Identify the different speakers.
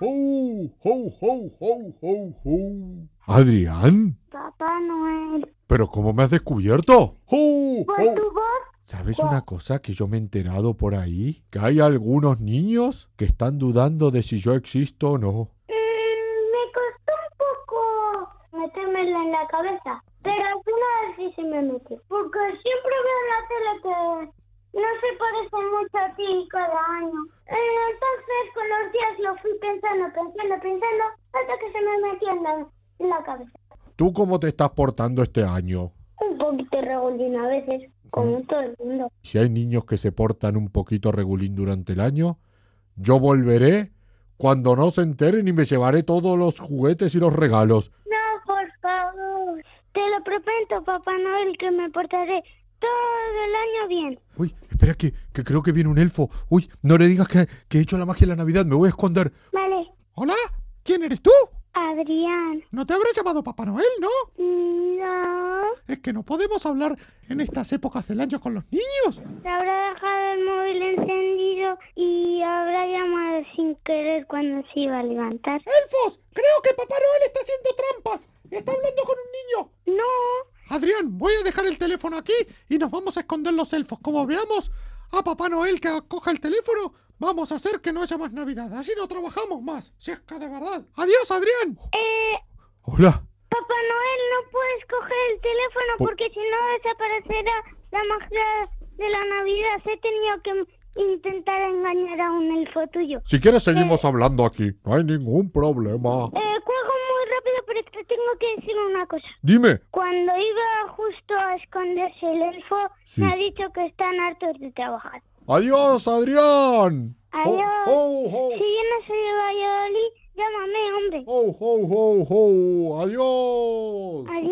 Speaker 1: ¡Ho, ho, ho, ho, ho, ho! ¿Adrián?
Speaker 2: Papá Noel.
Speaker 1: ¿Pero cómo me has descubierto? ¡Ho,
Speaker 2: ¿Por
Speaker 1: ho!
Speaker 2: tu voz?
Speaker 1: ¿Sabes una cosa que yo me he enterado por ahí? Que hay algunos niños que están dudando de si yo existo o no.
Speaker 2: Mm, me costó un poco metérmela en la cabeza. Pero al final sí se me metió. Porque siempre veo en la tele que no se parece mucho a ti cada año. Eh, Entonces con los días lo fui pensando, pensando, pensando, hasta que se me metió en la, en la cabeza.
Speaker 1: ¿Tú cómo te estás portando este año?
Speaker 2: Un poquito regolino a veces, como todo el mundo.
Speaker 1: Si hay niños que se portan un poquito regulín durante el año, yo volveré cuando no se enteren y me llevaré todos los juguetes y los regalos.
Speaker 2: No, por favor. Te lo prometo, Papá Noel, que me portaré todo el año bien.
Speaker 1: Uy, espera que, que creo que viene un elfo. Uy, no le digas que, que he hecho la magia de la Navidad, me voy a esconder.
Speaker 2: Vale,
Speaker 1: ¿Hola? ¿Quién eres tú?
Speaker 2: Adrián.
Speaker 1: No te habrás llamado Papá Noel, ¿no?
Speaker 2: No.
Speaker 1: Es que no podemos hablar en estas épocas del año con los niños.
Speaker 2: Se habrá dejado el móvil encendido y habrá llamado sin querer cuando se iba a levantar.
Speaker 1: ¡Elfos! Creo que Papá Noel está haciendo trampas. Está hablando con un niño.
Speaker 2: No.
Speaker 1: Adrián, voy a dejar el teléfono aquí y nos vamos a esconder los elfos. Como veamos a Papá Noel que coja el teléfono, vamos a hacer que no haya más Navidad. Así no trabajamos más, si es que de verdad. Adiós, Adrián.
Speaker 2: Eh,
Speaker 1: Hola.
Speaker 2: Papá Noel, no puedes coger el teléfono
Speaker 1: Por-
Speaker 2: porque si no desaparecerá la magia de la Navidad. He tenido que intentar engañar a un elfo tuyo.
Speaker 1: Si quieres seguimos hablando aquí. No hay ningún problema.
Speaker 2: Eh, cuelgo muy rápido, pero te tengo que decir una cosa.
Speaker 1: Dime.
Speaker 2: Cuando iba justo a esconderse el elfo,
Speaker 1: Sí.
Speaker 2: me ha dicho que están hartos de trabajar.
Speaker 1: Adiós, Adrián.
Speaker 2: Adiós.
Speaker 1: Oh, oh, oh.
Speaker 2: Si yo no soy de Valladolid, llámame, hombre.
Speaker 1: Oh, oh, oh, oh. Adiós.
Speaker 2: Adiós.